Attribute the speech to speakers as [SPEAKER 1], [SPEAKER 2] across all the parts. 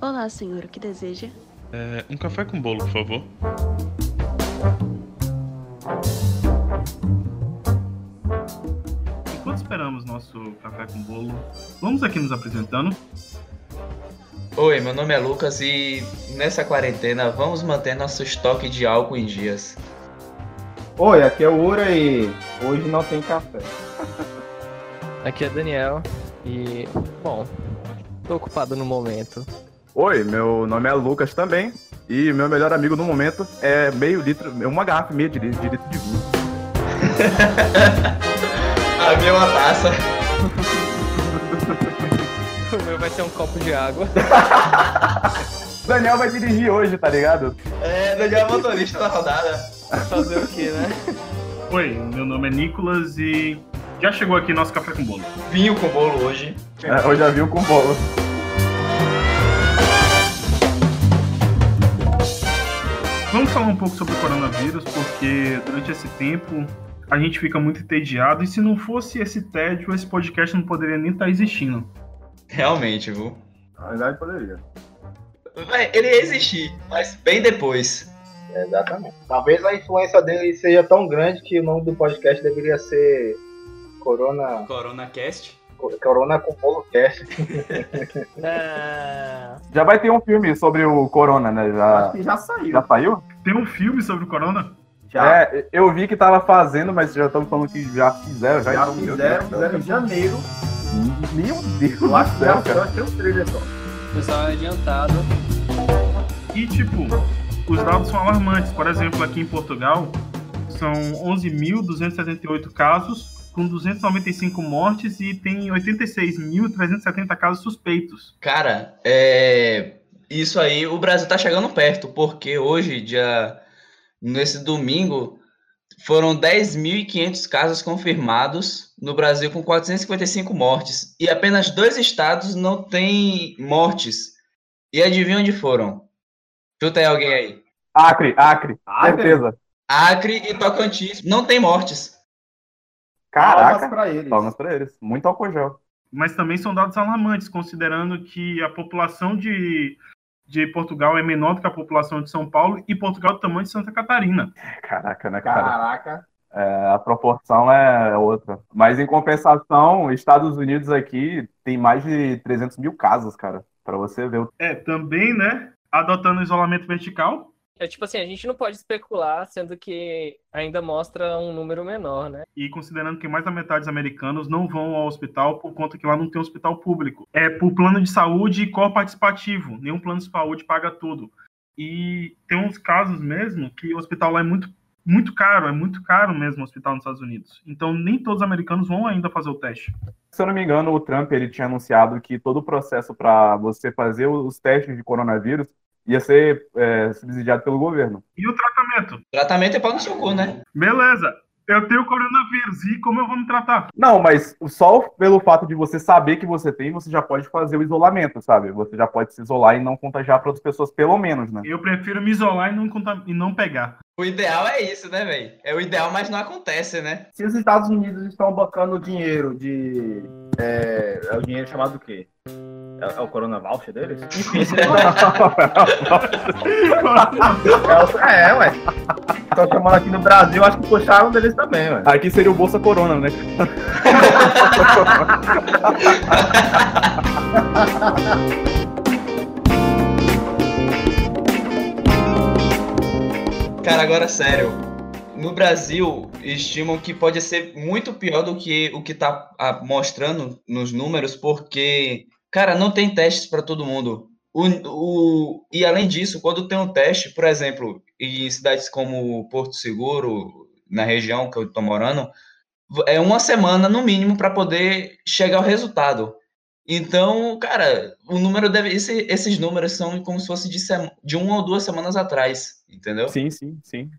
[SPEAKER 1] Olá, senhor, o que deseja?
[SPEAKER 2] É, um café com bolo, por favor.
[SPEAKER 3] Enquanto esperamos nosso café com bolo, vamos aqui nos apresentando.
[SPEAKER 4] Oi, meu nome é Lucas e nessa quarentena vamos manter nosso estoque de álcool em dias.
[SPEAKER 5] Oi, aqui é o Ura e hoje não tem café.
[SPEAKER 6] Aqui é Daniel e, bom, tô ocupado no momento.
[SPEAKER 7] Oi, meu nome é Lucas também e meu melhor amigo no momento é meio litro, é uma garrafa e meia de, li- de litro de vinho.
[SPEAKER 5] Ah,
[SPEAKER 4] A minha é uma taça.
[SPEAKER 6] O meu vai ser um copo de água.
[SPEAKER 7] Daniel vai dirigir hoje, tá ligado?
[SPEAKER 4] É, Daniel é motorista da rodada.
[SPEAKER 6] Fazer o quê, né?
[SPEAKER 3] Oi, meu nome é Nicolas e já chegou aqui nosso café com bolo.
[SPEAKER 4] Vinho com bolo hoje.
[SPEAKER 7] É, hoje já viu com bolo.
[SPEAKER 3] Vamos falar um pouco sobre o coronavírus, porque durante esse tempo a gente fica muito entediado e se não fosse esse tédio, esse podcast não poderia nem estar existindo.
[SPEAKER 4] Realmente, viu?
[SPEAKER 7] Na verdade, poderia.
[SPEAKER 4] Vai, ele ia existir, mas bem depois.
[SPEAKER 5] Exatamente. Talvez a influência dele seja tão grande que o nome do podcast deveria ser Corona,
[SPEAKER 8] CoronaCast.
[SPEAKER 5] Corona com Bolo Cast.
[SPEAKER 6] Ah,
[SPEAKER 7] Já vai ter um filme sobre o Corona, né? Já,
[SPEAKER 5] Já saiu.
[SPEAKER 7] já saiu?
[SPEAKER 3] Tem um filme sobre o corona?
[SPEAKER 5] Já,
[SPEAKER 7] É, eu vi que tava fazendo, mas já estão falando que já fizeram. Já,
[SPEAKER 5] já
[SPEAKER 7] então, meu
[SPEAKER 5] fizeram,
[SPEAKER 7] Deus do céu.
[SPEAKER 5] fizeram um em janeiro.
[SPEAKER 7] Meu Deus
[SPEAKER 5] Eu acho
[SPEAKER 7] do
[SPEAKER 5] que já
[SPEAKER 7] céu, cara.
[SPEAKER 5] só tem um trailer só.
[SPEAKER 6] pessoal é adiantado.
[SPEAKER 3] E, tipo, os dados são alarmantes. Por exemplo, aqui em Portugal, são 11.278 casos, com 295 mortes e tem 86.370 casos suspeitos.
[SPEAKER 4] Cara, é. Isso aí, o Brasil tá chegando perto, porque hoje, dia. Nesse domingo, foram 10.500 casos confirmados no Brasil, com 455 mortes. E apenas dois estados não têm mortes. E adivinha onde foram? Chuta aí alguém aí.
[SPEAKER 7] Acre, Acre, certeza.
[SPEAKER 4] Acre e Tocantins não tem mortes.
[SPEAKER 5] Palmas
[SPEAKER 7] Caraca,
[SPEAKER 5] pra eles.
[SPEAKER 7] palmas pra eles. Muito álcool gel.
[SPEAKER 3] Mas também são dados alarmantes, considerando que a população de, de Portugal é menor do que a população de São Paulo e Portugal é do tamanho de Santa Catarina.
[SPEAKER 7] Caraca, né, cara?
[SPEAKER 5] Caraca.
[SPEAKER 7] É, a proporção é outra. Mas em compensação, Estados Unidos aqui tem mais de 300 mil casos, cara. Pra você ver. o-
[SPEAKER 3] É, também, né? Adotando o isolamento vertical.
[SPEAKER 6] É tipo assim, a gente não pode especular, sendo que ainda mostra um número menor, né?
[SPEAKER 3] E considerando que mais da metade dos americanos não vão ao hospital por conta que lá não tem hospital público. É por plano de saúde e co-participativo. Nenhum plano de saúde paga tudo. E tem uns casos mesmo que o hospital lá é muito, muito caro, é muito caro mesmo o hospital nos Estados Unidos. Então nem todos os americanos vão ainda fazer o teste.
[SPEAKER 7] Se eu não me engano, o Trump ele tinha anunciado que todo o processo pra você fazer os testes de coronavírus ia ser é, subsidiado pelo governo.
[SPEAKER 3] E o tratamento?
[SPEAKER 4] Tratamento é pau no seu cu, né?
[SPEAKER 3] Beleza, eu tenho coronavírus, e como eu vou me tratar?
[SPEAKER 7] Não, mas só pelo fato de você saber que você tem, você já pode fazer o isolamento, sabe? Você já pode se isolar e não contagiar para outras pessoas, pelo menos, né?
[SPEAKER 3] Eu prefiro me isolar e não, contam- e não pegar.
[SPEAKER 4] O ideal é isso, né, velho? É o ideal, mas não acontece, né?
[SPEAKER 5] Se os Estados Unidos estão bancando dinheiro de. É, é o dinheiro chamado o quê? É, é o Corona Voucher deles? É, é, ué. Estão chamando aqui no Brasil, acho que puxaram deles também, ué.
[SPEAKER 7] Aqui seria o Bolsa Corona, né?
[SPEAKER 4] Cara, agora sério. No Brasil, estimam que pode ser muito pior do que o que tá ah, mostrando nos números, porque, cara, não tem testes para todo mundo. O, o- e além disso, quando tem um teste, por exemplo, em cidades como Porto Seguro, na região que eu tô morando, é uma semana no mínimo para poder chegar ao resultado. Então, cara, o número deve. esse- esses números são como se fosse de, sema- de uma ou duas semanas atrás, entendeu?
[SPEAKER 7] Sim, sim, sim.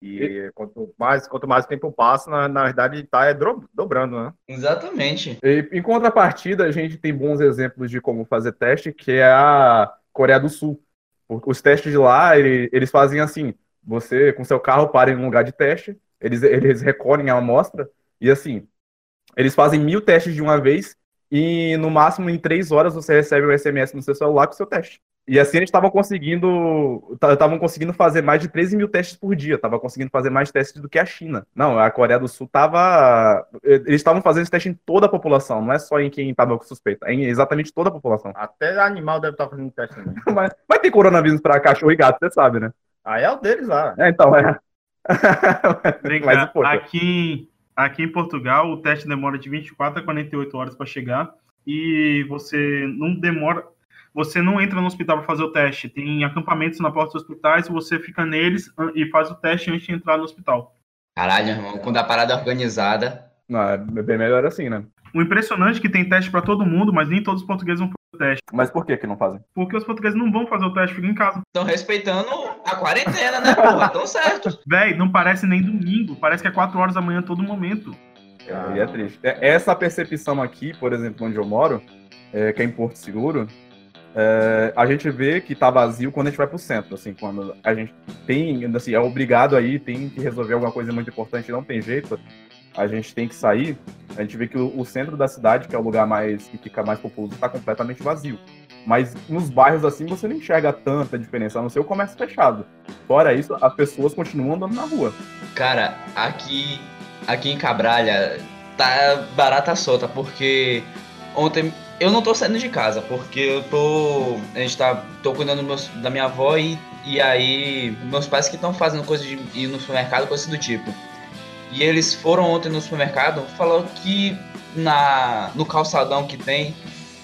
[SPEAKER 5] E quanto mais, quanto mais tempo passa, na, na verdade tá é dro- dobrando, né?
[SPEAKER 4] Exatamente.
[SPEAKER 7] E, em contrapartida, a gente tem bons exemplos de como fazer teste, que é a Coreia do Sul. Por- Os testes de lá, ele- eles fazem assim: você com seu carro para em um lugar de teste, eles, eles recolhem a amostra, e assim, eles fazem mil um testes de uma vez, e no máximo em três horas você recebe o SMS no seu celular com o seu teste. E assim eles estavam conseguindo. Estavam conseguindo fazer mais de 13 mil testes por dia. Estavam conseguindo fazer mais testes do que a China. Não, a Coreia do Sul estava. eh, Eles estavam fazendo esse teste em toda a população, não é só em quem estava com suspeita, é em exatamente toda a população.
[SPEAKER 5] Até animal deve estar fazendo teste também.
[SPEAKER 7] Mas, mas tem coronavírus para cachorro e gato, você sabe, né?
[SPEAKER 5] Aí é o deles lá.
[SPEAKER 7] É, então, é.
[SPEAKER 3] Vem cá,
[SPEAKER 7] mas, poxa,
[SPEAKER 3] aqui, aqui em Portugal, o teste demora de 24 a 48 horas para chegar e você não demora. Você não entra no hospital para fazer o teste. Tem acampamentos na porta dos hospitais, você fica neles an- e faz o teste antes de entrar no hospital.
[SPEAKER 4] Caralho, irmão, quando a parada é organizada.
[SPEAKER 7] não, é bem melhor assim, né?
[SPEAKER 3] O impressionante é que tem teste para todo mundo, mas nem todos os portugueses vão fazer o teste.
[SPEAKER 7] Mas por que que não fazem?
[SPEAKER 3] Porque os portugueses não vão fazer o teste, ficam em casa.
[SPEAKER 4] Estão respeitando a quarentena, né, porra? Tão certo.
[SPEAKER 3] Véi, não parece nem domingo, parece que é 4 horas da manhã a todo momento.
[SPEAKER 5] Ah.
[SPEAKER 7] E é triste. É- Essa percepção aqui, por exemplo, onde eu moro, é, que é em Porto Seguro, é, a gente vê que tá vazio quando a gente vai pro centro, assim, quando a gente tem, assim, é obrigado aí, tem que resolver alguma coisa muito importante, não tem jeito, a gente tem que sair, a gente vê que o, o centro da cidade, que é o lugar mais, que fica mais populoso, tá completamente vazio. Mas nos bairros assim você não enxerga tanta diferença, a não ser o comércio fechado. Fora isso, as pessoas continuam andando na rua.
[SPEAKER 4] Cara, aqui, aqui em Cabralha tá barata solta, porque ontem eu não tô saindo de casa, porque eu tô. A gente tá. tô cuidando dos meus- da minha avó e, e aí meus pais que estão fazendo coisa de ir no supermercado, coisa do tipo. E eles foram ontem no supermercado, falou que na, no calçadão que tem,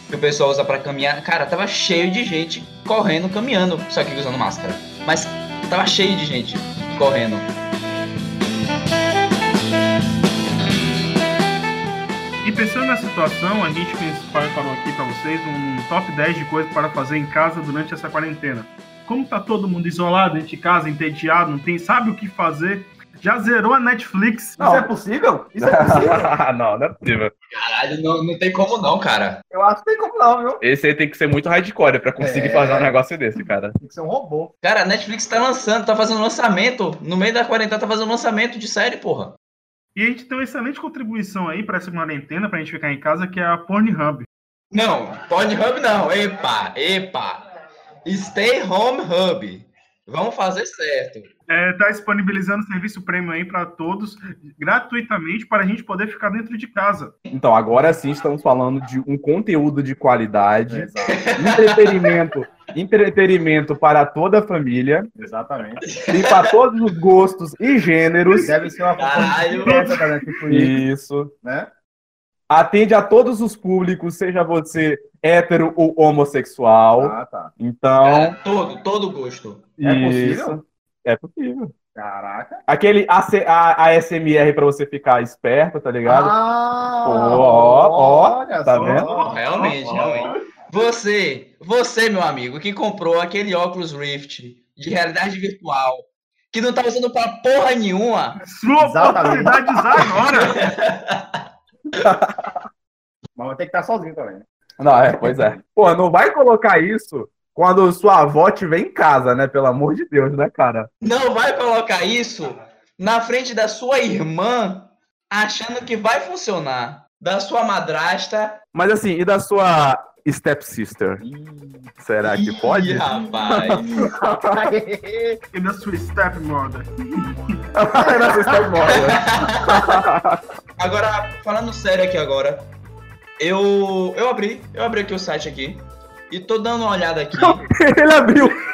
[SPEAKER 4] que o pessoal usa pra caminhar, cara, tava cheio de gente correndo, caminhando, só que usando máscara. Mas tava cheio de gente correndo.
[SPEAKER 3] E pensando na situação, a gente fez- preparou aqui para vocês um top 10 de coisas para fazer em casa durante essa quarentena. Como tá todo mundo isolado dentro de casa, entediado, não tem, sabe o que fazer, já zerou a Netflix.
[SPEAKER 5] Isso é possível? Isso é possível?
[SPEAKER 7] não, não é possível.
[SPEAKER 4] Caralho, não, não tem como não, cara.
[SPEAKER 5] Eu acho que tem como não, viu?
[SPEAKER 7] Esse aí tem que ser muito hardcore pra conseguir
[SPEAKER 5] É.
[SPEAKER 7] fazer um negócio desse, cara.
[SPEAKER 5] Tem que ser um robô.
[SPEAKER 4] Cara, a Netflix tá lançando, tá fazendo lançamento. No meio da quarentena tá fazendo lançamento de série, porra.
[SPEAKER 3] E a gente tem uma excelente contribuição aí para essa quarentena, pra gente ficar em casa, que é a Pornhub.
[SPEAKER 4] Não, Pornhub não. Epa, epa. Stay Home Hub. Vamos fazer certo.
[SPEAKER 3] É, tá disponibilizando serviço prêmio aí para todos, gratuitamente, para a gente poder ficar dentro de casa.
[SPEAKER 7] Então, agora sim estamos falando de um conteúdo de qualidade,
[SPEAKER 5] Exato,
[SPEAKER 7] entretenimento, entretenimento para toda a família,
[SPEAKER 5] exatamente.
[SPEAKER 7] tem para todos os gostos e gêneros.
[SPEAKER 5] Deve ser uma né,
[SPEAKER 4] Caralho.
[SPEAKER 5] completa da Netflix,
[SPEAKER 7] Isso.
[SPEAKER 5] né?
[SPEAKER 7] Atende a todos os públicos, seja você hétero ou homossexual.
[SPEAKER 5] Ah, tá.
[SPEAKER 7] Então,
[SPEAKER 4] Cara, todo, todo gosto.
[SPEAKER 5] É possível?
[SPEAKER 7] isso. É possível.
[SPEAKER 5] Caraca.
[SPEAKER 7] Aquele AC, a, ASMR pra você ficar esperto, tá ligado?
[SPEAKER 5] Ah,
[SPEAKER 7] Ó, ó,
[SPEAKER 5] olha
[SPEAKER 7] tá
[SPEAKER 5] só.
[SPEAKER 7] vendo?
[SPEAKER 4] Realmente, realmente. Você, você, meu amigo, que comprou aquele óculos Rift de realidade virtual, que não tá usando pra porra nenhuma,
[SPEAKER 3] Sua
[SPEAKER 5] Exatamente.
[SPEAKER 3] oportunidade de usar agora!
[SPEAKER 5] Mas vai ter que estar sozinho também. né?
[SPEAKER 7] Não, é, pois é. Pô, não vai colocar isso quando sua avó estiver em casa, né? Pelo amor de Deus, né, cara?
[SPEAKER 4] não vai colocar isso na frente da sua irmã achando que vai funcionar. Da sua madrasta
[SPEAKER 7] Mas assim, e da sua stepsister? Será que pode?
[SPEAKER 4] Ih, rapaz.
[SPEAKER 3] E da sua stepmother.
[SPEAKER 7] Não, você está morta.
[SPEAKER 4] agora, falando sério aqui agora, eu eu abri, eu abri aqui o site aqui e tô dando uma olhada aqui.
[SPEAKER 7] Ele abriu.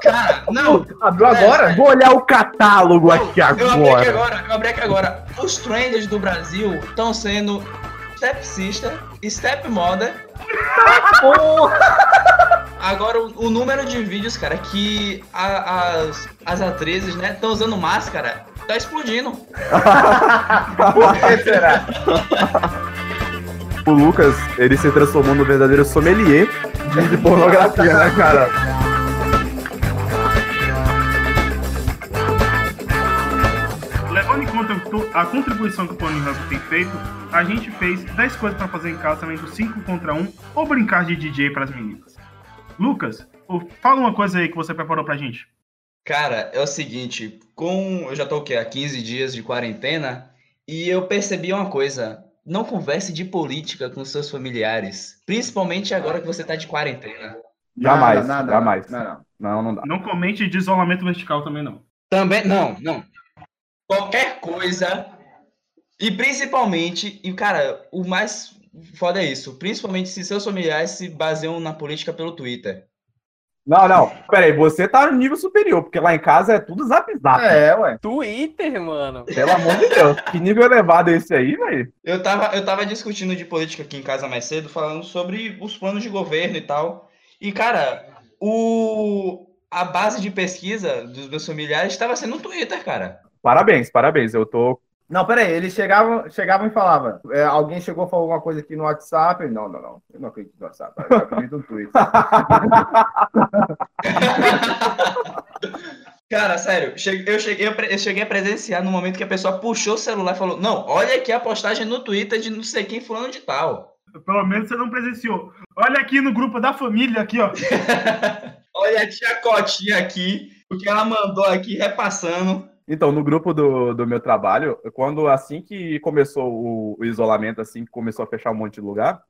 [SPEAKER 4] Cara, não,
[SPEAKER 7] Abriu
[SPEAKER 4] agora?
[SPEAKER 7] Vou olhar o catálogo aqui
[SPEAKER 4] eu abri aqui
[SPEAKER 7] agora.
[SPEAKER 4] agora, eu abri aqui agora. Os trends do Brasil estão sendo Step Sister, Step Mother. Agora, o, o número de vídeos, cara, que a- as, as atrizes, né, estão usando máscara, tá explodindo.
[SPEAKER 7] Por que será? O Lucas, ele se transformou no verdadeiro sommelier de pornografia, né, cara?
[SPEAKER 3] Levando em conta to- a contribuição que o Pornhub tem feito, a gente fez 10 coisas pra fazer em casa, também do 5 contra 1, ou brincar de DJ pras meninas. Lucas, o- fala uma coisa aí que você preparou pra gente.
[SPEAKER 4] Cara, é o seguinte, com eu já tô o quê? Há 15 dias de quarentena e eu percebi uma coisa, não converse de política com seus familiares, principalmente agora que você tá de quarentena.
[SPEAKER 7] Jamais,
[SPEAKER 5] Nada, nada,
[SPEAKER 7] jamais.
[SPEAKER 5] Não, não.
[SPEAKER 7] Não, não dá.
[SPEAKER 3] Não comente de isolamento vertical também, não.
[SPEAKER 1] Também, não, não.
[SPEAKER 4] qualquer coisa. E principalmente, e cara, o mais foda é isso, principalmente se seus familiares se baseiam na política pelo Twitter.
[SPEAKER 7] Não, não. Peraí, você tá no nível superior, porque lá em casa é tudo zap zap.
[SPEAKER 5] É, ué.
[SPEAKER 8] Twitter, mano.
[SPEAKER 7] Pelo amor de Deus. Que nível elevado é esse aí, velho?
[SPEAKER 4] Eu tava, eu tava discutindo de política aqui em casa mais cedo, falando sobre os planos de governo e tal. E, cara, o, a base de pesquisa dos meus familiares estava sendo o Twitter, cara.
[SPEAKER 7] Parabéns, parabéns. Eu tô.
[SPEAKER 5] Não, peraí, eles chegavam, chegavam e falavam. é, alguém chegou e falou alguma coisa aqui no WhatsApp. Não, não, não. Eu não acredito no WhatsApp. Eu acredito no Twitter.
[SPEAKER 4] Cara, sério, che- eu cheguei, a pre- eu cheguei a presenciar no momento que a pessoa puxou o celular e falou: Não, olha aqui a postagem no Twitter de não sei quem fulano de tal.
[SPEAKER 3] Pelo menos você não presenciou. Olha aqui no grupo da família, aqui, ó.
[SPEAKER 4] Olha a tia Cotinha aqui, o que ela mandou aqui repassando.
[SPEAKER 7] Então, no grupo do, do meu trabalho, quando assim que começou o, o isolamento, assim que começou a fechar um monte de lugar,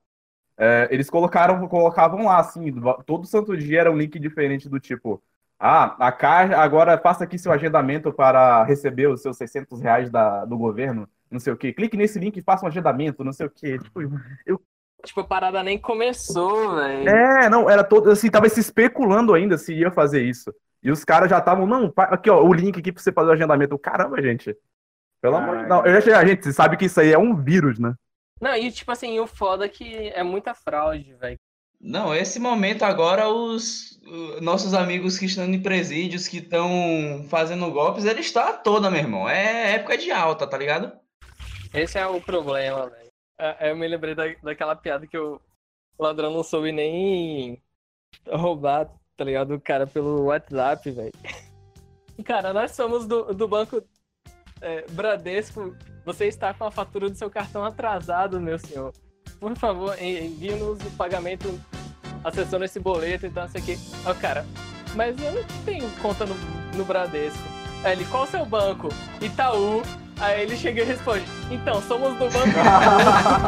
[SPEAKER 7] é, eles colocaram, colocavam lá, assim, do- todo santo dia era um link diferente do tipo. Ah, a caixa, agora faça aqui seu agendamento para receber os seus 600 reais da, do governo, não sei o quê. Clique nesse link e faça um agendamento, não sei o quê. Tipo,
[SPEAKER 8] Tipo, a parada nem começou, velho.
[SPEAKER 7] É, não, era todo assim, tava se especulando ainda se ia fazer isso. E os caras já estavam, não, fa- aqui ó, o link aqui pra você fazer o agendamento. Eu, Caramba, gente. Pelo amor de
[SPEAKER 5] Caraca.
[SPEAKER 7] Não, eu já cheguei, a gente você sabe que isso aí é um vírus, né?
[SPEAKER 8] Não, e tipo assim, o foda é que é muita fraude, velho.
[SPEAKER 4] Não, esse momento agora, os uh, nossos amigos que estão em presídios, que estão fazendo golpes, eles estão à toda, meu irmão. É época de alta, tá ligado?
[SPEAKER 8] Esse é o problema, velho. É, Eu me lembrei da, daquela piada que o ladrão não soube nem roubar, tá ligado? O cara pelo WhatsApp, velho. Cara, nós somos do, do banco é, Bradesco. Você está com a fatura do seu cartão atrasado, meu senhor. Por favor, en- envie-nos o pagamento acessando esse boleto e tal, não sei o quê. Ó, cara, mas eu não tenho conta no, no Bradesco. Aí ele, qual o seu banco? Itaú. Aí ele chega e responde, então, somos do banco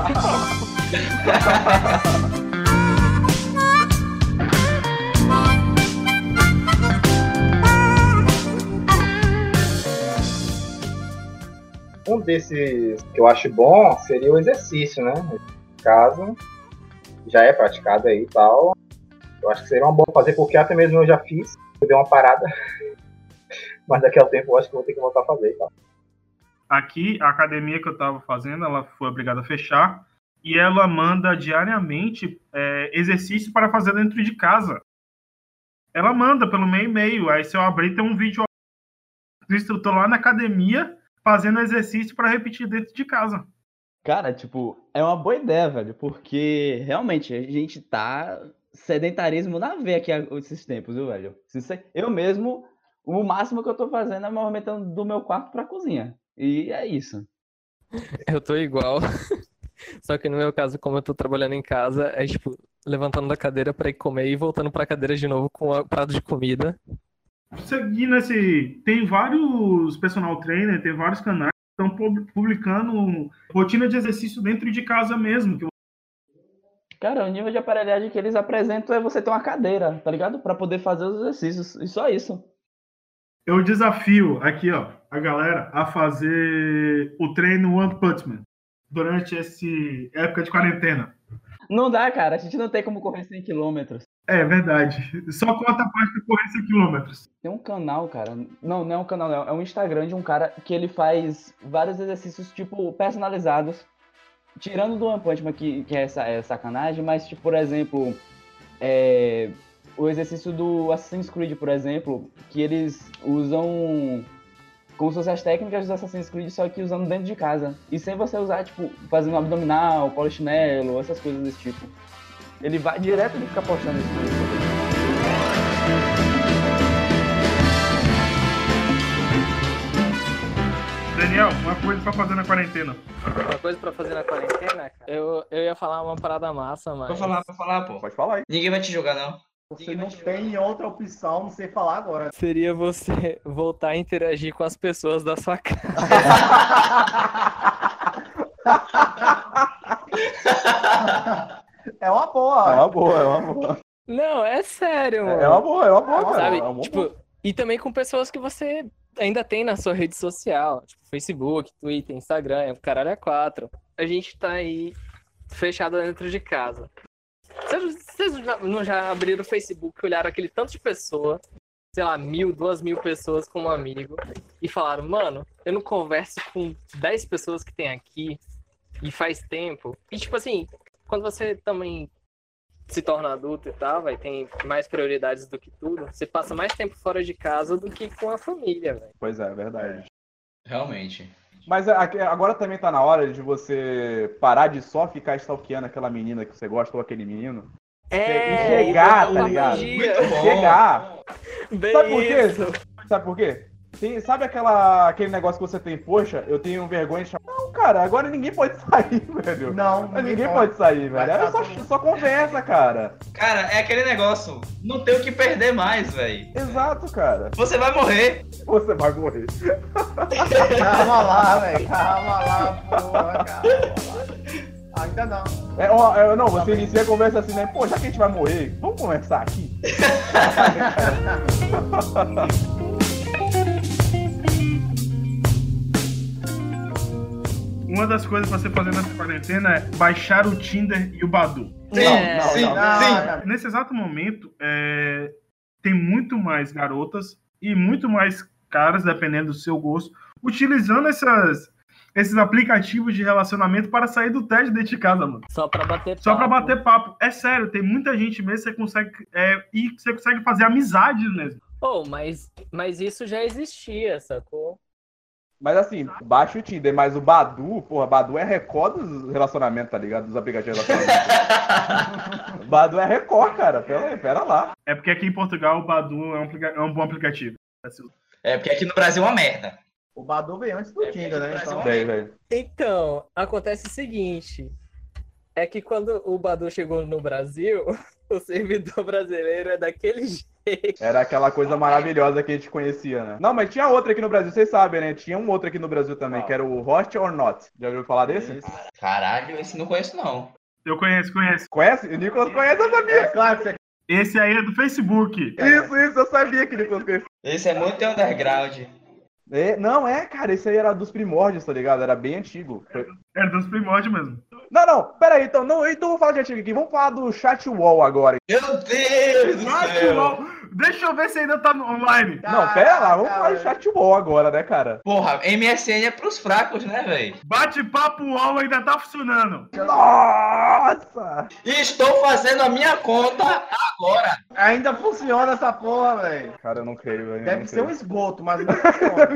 [SPEAKER 8] Itaú.
[SPEAKER 1] Um desses que eu acho bom seria o exercício, né? Nesse caso, já é praticado aí e tal. Eu acho que seria uma boa fazer, porque até mesmo eu já fiz, eu dei uma parada. Mas daqui a um tempo eu acho que eu vou ter que voltar a fazer e tal.
[SPEAKER 3] Aqui, a academia que eu estava fazendo, ela foi obrigada a fechar e ela manda diariamente é, exercício para fazer dentro de casa. Ela manda pelo meu e-mail. Aí, se eu abrir, tem um vídeo do instrutor lá na academia fazendo exercício para repetir dentro de casa.
[SPEAKER 9] Cara, tipo, é uma boa ideia, velho, porque realmente a gente tá sedentarismo na veia aqui a- esses tempos, viu, velho? Sincer- Eu mesmo, o máximo que eu tô fazendo é me movimentando do meu quarto pra cozinha. E é isso.
[SPEAKER 8] Eu tô igual. Só que no meu caso, como eu tô trabalhando em casa, é tipo, levantando da cadeira pra ir comer e voltando pra cadeira de novo com o prato de comida.
[SPEAKER 3] Seguindo esse. Tem vários personal trainer, tem vários canais que estão pub- publicando rotina de exercício dentro de casa mesmo. que
[SPEAKER 9] Cara, o nível de aparelhagem que eles apresentam é você ter uma cadeira, tá ligado? Pra poder fazer os exercícios. E só isso.
[SPEAKER 3] Eu desafio aqui, ó, a galera a fazer o treino One Punch Man durante essa época de quarentena.
[SPEAKER 9] Não dá, cara. A gente não tem como correr 100 km.
[SPEAKER 3] É verdade. Só conta a parte de correr 100 quilômetros.
[SPEAKER 9] Tem um canal, cara. Não, não é um canal, não. É um Instagram de um cara que ele faz vários exercícios, tipo, personalizados. Tirando do One Punch Man, que, que é, sa- é sacanagem, mas, tipo, por exemplo, é, o exercício do Assassin's Creed, por exemplo, que eles usam como se fossem as técnicas do Assassin's Creed, só que usando dentro de casa. E sem você usar, tipo, fazendo abdominal, polichinelo, essas coisas desse tipo. Ele vai direto de ficar postando isso.
[SPEAKER 3] Daniel, uma coisa pra fazer na quarentena.
[SPEAKER 8] Uma coisa pra fazer na quarentena, cara. Eu, eu ia falar uma parada massa, mas.
[SPEAKER 4] Pra falar, pra falar, pô.
[SPEAKER 7] Pode falar aí.
[SPEAKER 4] Ninguém vai te jogar, não.
[SPEAKER 5] Você não tem outra opção, não sei falar agora.
[SPEAKER 8] Seria você voltar a interagir com as pessoas da sua casa.
[SPEAKER 5] É uma boa.
[SPEAKER 7] É uma boa, é uma boa.
[SPEAKER 8] Não, é sério.
[SPEAKER 7] boa, é uma boa, cara.
[SPEAKER 8] sabe?
[SPEAKER 7] é uma boa.
[SPEAKER 8] tipo, e também com pessoas que você ainda tem na sua rede social, tipo Facebook, Twitter, Instagram, é o caralho é quatro. A gente tá aí fechado dentro de casa. Vocês- Vocês já- não já abriram o Facebook, olharam aquele tanto de pessoa, sei lá, mil, duas mil pessoas com um amigo, e falaram, mano, eu não converso com 10 pessoas que tem aqui, e faz tempo. E tipo assim, quando você também se torna adulto e tal, vai tem mais prioridades do que tudo. Você passa mais tempo fora de casa do que com a família, velho.
[SPEAKER 7] Pois é, é verdade.
[SPEAKER 6] Realmente.
[SPEAKER 7] Mas a- a- agora também tá na hora de você parar de só ficar stalkeando aquela menina que você gosta ou aquele menino.
[SPEAKER 6] É,
[SPEAKER 7] chegar,
[SPEAKER 6] então,
[SPEAKER 7] tá ligado?
[SPEAKER 6] Muito bom.
[SPEAKER 7] Chegar.
[SPEAKER 8] Bem
[SPEAKER 7] Sabe por quê?
[SPEAKER 8] isso.
[SPEAKER 7] Sabe por quê? Tem- sabe aquela, aquele negócio que você tem, poxa, eu tenho vergonha de chamar. Não, cara, agora ninguém pode sair, velho.
[SPEAKER 5] Não,
[SPEAKER 7] Mas ninguém pode sair,
[SPEAKER 5] Vai
[SPEAKER 7] velho. É
[SPEAKER 5] tá
[SPEAKER 7] só,
[SPEAKER 5] todo mundo.
[SPEAKER 7] só conversa, cara.
[SPEAKER 6] Cara, é aquele negócio. Não tem o que perder mais, velho.
[SPEAKER 7] Exato, cara.
[SPEAKER 6] Você vai morrer.
[SPEAKER 7] Você vai morrer.
[SPEAKER 5] Calma lá, velho. Calma lá, porra, calma lá. Ainda não.
[SPEAKER 7] É, ó, é, não, você inicia a conversa assim, né? Pô, já que a gente vai morrer, vamos conversar aqui.
[SPEAKER 3] Uma das coisas pra você fazer nessa quarentena é baixar o Tinder e o Badu.
[SPEAKER 6] Sim,
[SPEAKER 8] Não,
[SPEAKER 6] sim,
[SPEAKER 5] não,
[SPEAKER 6] sim.
[SPEAKER 5] não.
[SPEAKER 3] Nesse exato momento, é, tem muito mais garotas e muito mais caras, dependendo do seu gosto, utilizando essas, esses aplicativos de relacionamento para sair do teste dentro de casa, mano.
[SPEAKER 8] Só pra bater
[SPEAKER 3] Só pra
[SPEAKER 8] papo.
[SPEAKER 3] bater papo. É sério, tem muita gente mesmo, você consegue. É, e você consegue fazer amizades mesmo.
[SPEAKER 8] Oh, mas, mas isso já existia, sacou?
[SPEAKER 7] Mas assim, baixa o Tinder, mas o Badu, porra, Badu é recorde dos relacionamentos, tá ligado? Dos aplicativos de relacionamento. Badu é recorde, cara. Pera, pera lá.
[SPEAKER 3] É porque aqui em Portugal o Badu é um, aplica- é um bom aplicativo.
[SPEAKER 6] É, porque aqui no Brasil é uma merda.
[SPEAKER 5] O Badu veio antes do
[SPEAKER 6] É,
[SPEAKER 5] Tinder, né?
[SPEAKER 6] mas
[SPEAKER 5] Então,
[SPEAKER 6] não-
[SPEAKER 7] Véi, véi.
[SPEAKER 8] Então, acontece o seguinte. É que quando o Badu chegou no Brasil, o servidor brasileiro é daquele jeito.
[SPEAKER 7] Era aquela coisa maravilhosa que a gente conhecia, né? Não, mas tinha outra aqui no Brasil, vocês sabem, né? Tinha um outro aqui no Brasil também, que era o Host or Not. Já ouviu falar desse?
[SPEAKER 6] Caralho, esse não conheço, não.
[SPEAKER 3] Eu conheço, conheço.
[SPEAKER 7] Conhece? O Nicolas conhece, eu sabia.
[SPEAKER 5] é claro que você
[SPEAKER 3] Esse aí é do Facebook.
[SPEAKER 7] Isso, isso, eu sabia que o Nicolas conhecia.
[SPEAKER 6] Esse é muito underground.
[SPEAKER 7] É, não, é, cara, esse aí era dos primórdios, tá ligado? Era bem antigo. Foi-
[SPEAKER 3] É dos primórdios mesmo.
[SPEAKER 7] Não, não, pera aí, então, não, então eu vou falar de antigo aqui. Vamos falar do chat wall agora.
[SPEAKER 6] Meu Deus do céu.
[SPEAKER 3] Deixa eu ver se ainda tá no- online.
[SPEAKER 7] Não, pera lá, vamos falar de
[SPEAKER 5] Caraca,
[SPEAKER 7] chat wall agora, né, cara?
[SPEAKER 6] Porra, MSN é pros fracos, né, velho?
[SPEAKER 3] Bate-papo UOL ainda tá funcionando.
[SPEAKER 7] Nossa!
[SPEAKER 6] E estou fazendo a minha conta agora.
[SPEAKER 5] Ainda funciona essa porra, velho.
[SPEAKER 7] Cara, eu não creio, velho. eu
[SPEAKER 5] Deve
[SPEAKER 7] não
[SPEAKER 5] ser um
[SPEAKER 7] creio.
[SPEAKER 5] esgoto, mas não um funciona.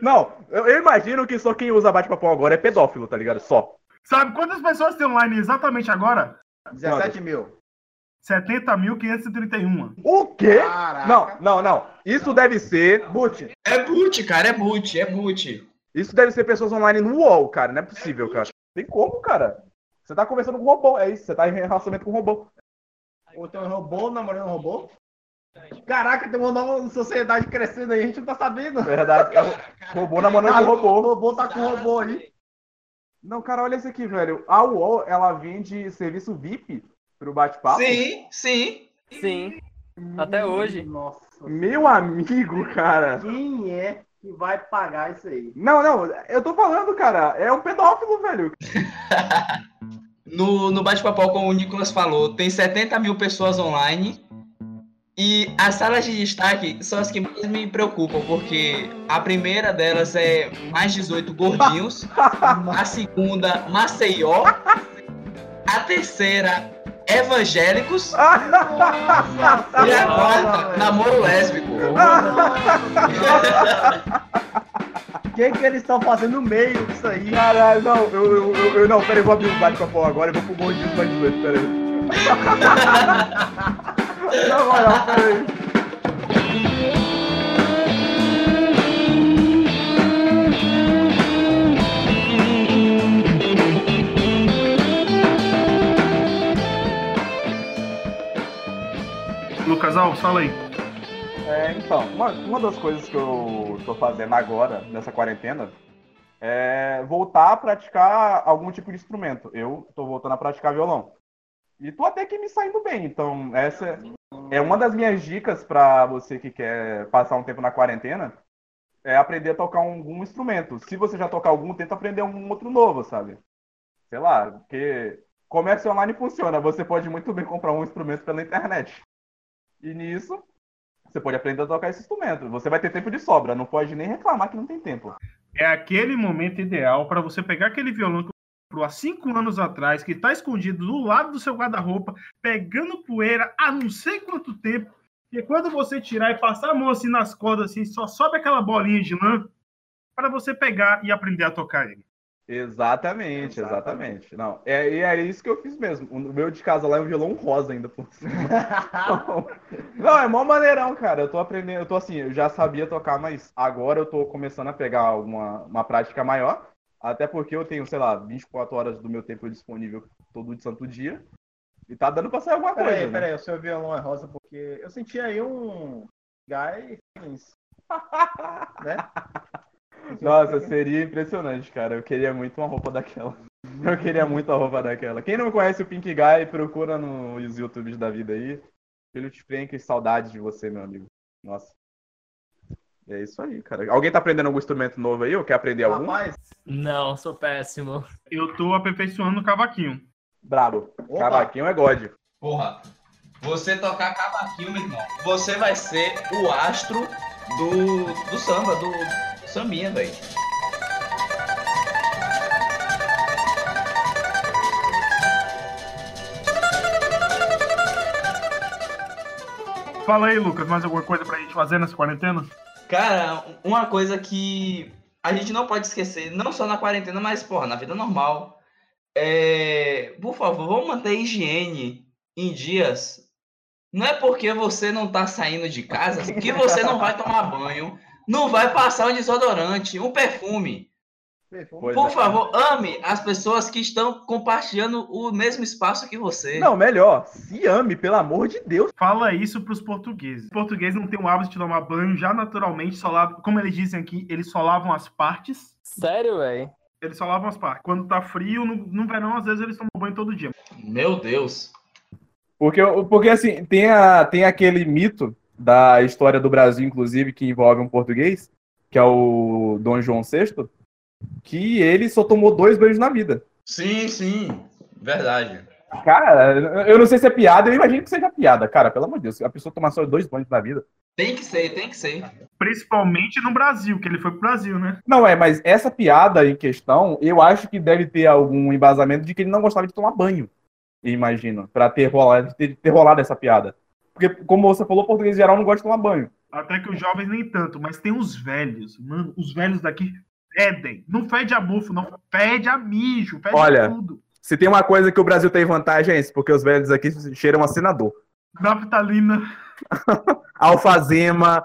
[SPEAKER 7] Não, eu, eu imagino que só quem usa bate-papo agora é pedófilo, tá ligado? Só.
[SPEAKER 3] Sabe quantas pessoas tem online exatamente agora?
[SPEAKER 5] 17 mil.
[SPEAKER 3] 70.531.
[SPEAKER 7] O quê?
[SPEAKER 5] Caraca.
[SPEAKER 7] Não, não, não. Isso deve ser.
[SPEAKER 5] Boot.
[SPEAKER 6] É boot, cara, é boot, é boot.
[SPEAKER 7] Isso deve ser pessoas online no UOL, cara. Não é possível, cara. Tem como, cara? Você tá conversando com robô, é isso. Você tá em relacionamento com robô.
[SPEAKER 5] Ou tem um robô namorando um robô? Caraca, tem uma nova sociedade crescendo aí, a gente não tá sabendo.
[SPEAKER 7] É verdade. É o- robô namorando com um robô.
[SPEAKER 5] O robô tá com o robô aí.
[SPEAKER 7] Não, cara, olha isso aqui, velho. A UOL, ela vende serviço VIP pro bate-papo.
[SPEAKER 6] Sim, sim.
[SPEAKER 8] Sim. Até hoje.
[SPEAKER 5] Nossa.
[SPEAKER 7] Meu amigo, cara.
[SPEAKER 5] Quem é que vai pagar isso aí?
[SPEAKER 7] Não, não, eu tô falando, cara. É um pedófilo, velho.
[SPEAKER 6] No, no bate-papo, como o Nicolas falou, tem 70 mil pessoas online. E as salas de destaque são as que mais me preocupam, porque a primeira delas é mais 18 gordinhos, a segunda, Maceió, a terceira, evangélicos, e a quarta, namoro lésbico.
[SPEAKER 5] O que, que eles estão fazendo no meio disso aí?
[SPEAKER 7] Caralho, não, eu, eu, eu, eu- não, peraí, eu vou abrir um o bate-papo agora, eu vou pro gordinho mais 18, peraí. Não, não, não, peraí.
[SPEAKER 3] Lucas Alves, fala aí.
[SPEAKER 7] É, então, uma, uma das coisas que eu tô fazendo agora, nessa quarentena, é voltar a praticar algum tipo de instrumento. Eu tô voltando a praticar violão. E tô até que me saindo bem. Então, essa é uma das minhas dicas pra você que quer passar um tempo na quarentena. É aprender a tocar algum instrumento. Se você já tocar algum, tenta aprender um outro novo, sabe? Sei lá, porque comércio online funciona. Você pode muito bem comprar um instrumento pela internet. E nisso, você pode aprender a tocar esse instrumento. Você vai ter tempo de sobra. Não pode nem reclamar que não tem tempo.
[SPEAKER 3] É aquele momento ideal para você pegar aquele violão que você comprou há cinco anos atrás, que tá escondido do lado do seu guarda-roupa, pegando poeira há não sei quanto tempo. E quando você tirar e passar a mão assim nas cordas, assim, só sobe aquela bolinha de lã para você pegar e aprender a tocar ele.
[SPEAKER 7] Exatamente, exatamente. Não, é, e é isso que eu fiz mesmo. O meu de casa lá é um violão rosa ainda por cima. Então, Não, é mó maneirão, cara. Eu tô aprendendo, eu tô assim, eu já sabia tocar, mas agora eu tô começando a pegar uma, uma prática maior. Até porque eu tenho, sei lá, 24 horas do meu tempo disponível todo santo dia. E tá dando pra sair alguma coisa,
[SPEAKER 5] Peraí,
[SPEAKER 7] né?
[SPEAKER 5] peraí, o seu violão é rosa porque eu senti aí um guy Fins, né?
[SPEAKER 7] Nossa, seria impressionante, cara. Eu queria muito uma roupa daquela. Eu queria muito a roupa daquela. Quem não conhece o Pink Guy, procura nos YouTubes da vida aí. Philip Frank, saudades de você, meu amigo. Nossa. É isso aí, cara. Alguém tá aprendendo algum instrumento novo aí? Ou quer aprender algum?
[SPEAKER 5] Rapaz,
[SPEAKER 8] Não, sou péssimo.
[SPEAKER 3] Eu tô aperfeiçoando o cavaquinho.
[SPEAKER 7] Brabo.
[SPEAKER 5] Opa.
[SPEAKER 7] Cavaquinho é God.
[SPEAKER 4] Porra, você tocar cavaquinho, meu irmão, você vai ser o astro do, do samba, do sambinha, velho.
[SPEAKER 3] Fala aí, Lucas, mais alguma coisa pra gente fazer nessa quarentena?
[SPEAKER 4] Cara, uma coisa que a gente não pode esquecer, não só na quarentena, mas, porra, na vida normal, é... Por favor, vamos manter a higiene em dias. Não é porque você não tá saindo de casa que você não vai tomar banho, não vai passar um desodorante, um perfume.
[SPEAKER 5] um
[SPEAKER 7] Pois
[SPEAKER 4] Por
[SPEAKER 7] é.
[SPEAKER 4] favor, ame as pessoas que estão compartilhando o mesmo espaço que você.
[SPEAKER 7] Não, melhor. Se ame, pelo amor de Deus.
[SPEAKER 3] Fala isso pros portugueses. Os portugueses não têm o hábito de tomar banho já naturalmente, só lavam, como eles dizem aqui, eles só lavam as partes.
[SPEAKER 8] Sério, velho?
[SPEAKER 3] Eles só lavam as partes. Quando tá frio, no, no verão, às vezes eles tomam banho todo dia.
[SPEAKER 4] Meu Deus.
[SPEAKER 7] Porque, porque assim, tem, a, tem aquele mito da história do Brasil, inclusive, que envolve um português, que é o Dom João VI, que ele só tomou dois beijos na vida.
[SPEAKER 4] Sim, sim. Verdade.
[SPEAKER 7] Cara, eu não sei se é piada, eu imagino que seja piada. Cara, pelo amor de Deus, a pessoa tomar só dois banhos na vida.
[SPEAKER 4] Tem que ser, tem que ser.
[SPEAKER 3] Principalmente no Brasil, que ele foi pro Brasil, né?
[SPEAKER 7] Não é, mas essa piada em questão, eu acho que deve ter algum embasamento de que ele não gostava de tomar banho, imagino, pra ter rolado, ter, ter rolado essa piada. Porque, como você falou, português em geral não gosta de tomar banho.
[SPEAKER 3] Até que os jovens nem tanto, mas tem os velhos. Mano, os velhos daqui fedem. Não fede a bufo, não. Fede a mijo, fede
[SPEAKER 7] Olha.
[SPEAKER 3] a tudo.
[SPEAKER 7] Se tem uma coisa que o Brasil tem vantagem é isso, porque os velhos aqui cheiram a senador.
[SPEAKER 3] Naftalina.
[SPEAKER 7] Alfazema,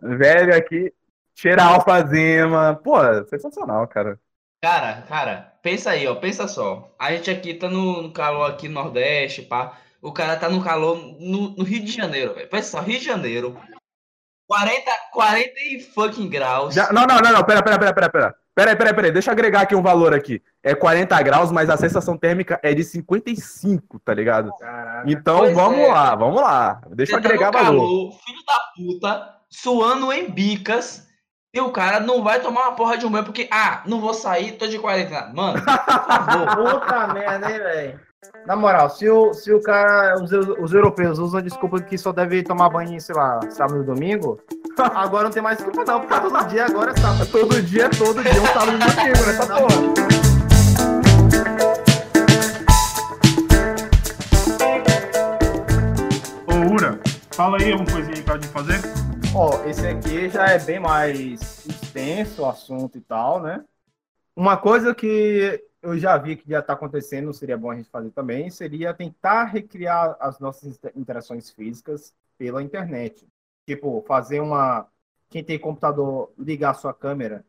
[SPEAKER 7] velho aqui, cheira a alfazema. Pô, sensacional, cara.
[SPEAKER 4] Cara, cara, pensa aí, ó, pensa só. A gente aqui tá no, no calor aqui no Nordeste, pá. O cara tá no calor no, no Rio de Janeiro, velho. Pensa só, Rio de Janeiro. 40, 40 e fucking graus.
[SPEAKER 7] Já- não, não, não, não, pera, pera, pera, pera, pera. Pera aí, pera aí, pera aí, deixa eu agregar aqui um valor aqui. É 40 graus, mas a sensação térmica é de 55, tá ligado?
[SPEAKER 5] caraca.
[SPEAKER 7] Então
[SPEAKER 4] Pois
[SPEAKER 7] vamos
[SPEAKER 4] é.
[SPEAKER 7] lá, vamos lá. Deixa eu
[SPEAKER 4] Você tá no
[SPEAKER 7] agregar valor.
[SPEAKER 4] calor, filho da puta, suando em bicas. E o cara não vai tomar uma porra de um banho porque, ah, não vou sair, tô de quarentena. Mano, por favor.
[SPEAKER 5] Puta merda, hein, velho? Na moral, se o, se o cara, os, eu- os europeus usam a desculpa de que só deve tomar banho, sei lá, sábado e domingo, agora não tem mais desculpa não, porque todo dia agora é sábado.
[SPEAKER 7] Todo dia, todo dia, um sábado de domingo nessa porra.
[SPEAKER 3] Ô, Ura, fala aí alguma coisinha aí pra gente fazer.
[SPEAKER 5] Ó, esse aqui já é bem mais extenso o assunto e tal, né? Uma coisa que eu já vi que já está acontecendo, seria bom a gente fazer também, seria tentar recriar as nossas inter- interações físicas pela internet. Tipo, fazer uma. Quem tem computador, ligar a sua câmera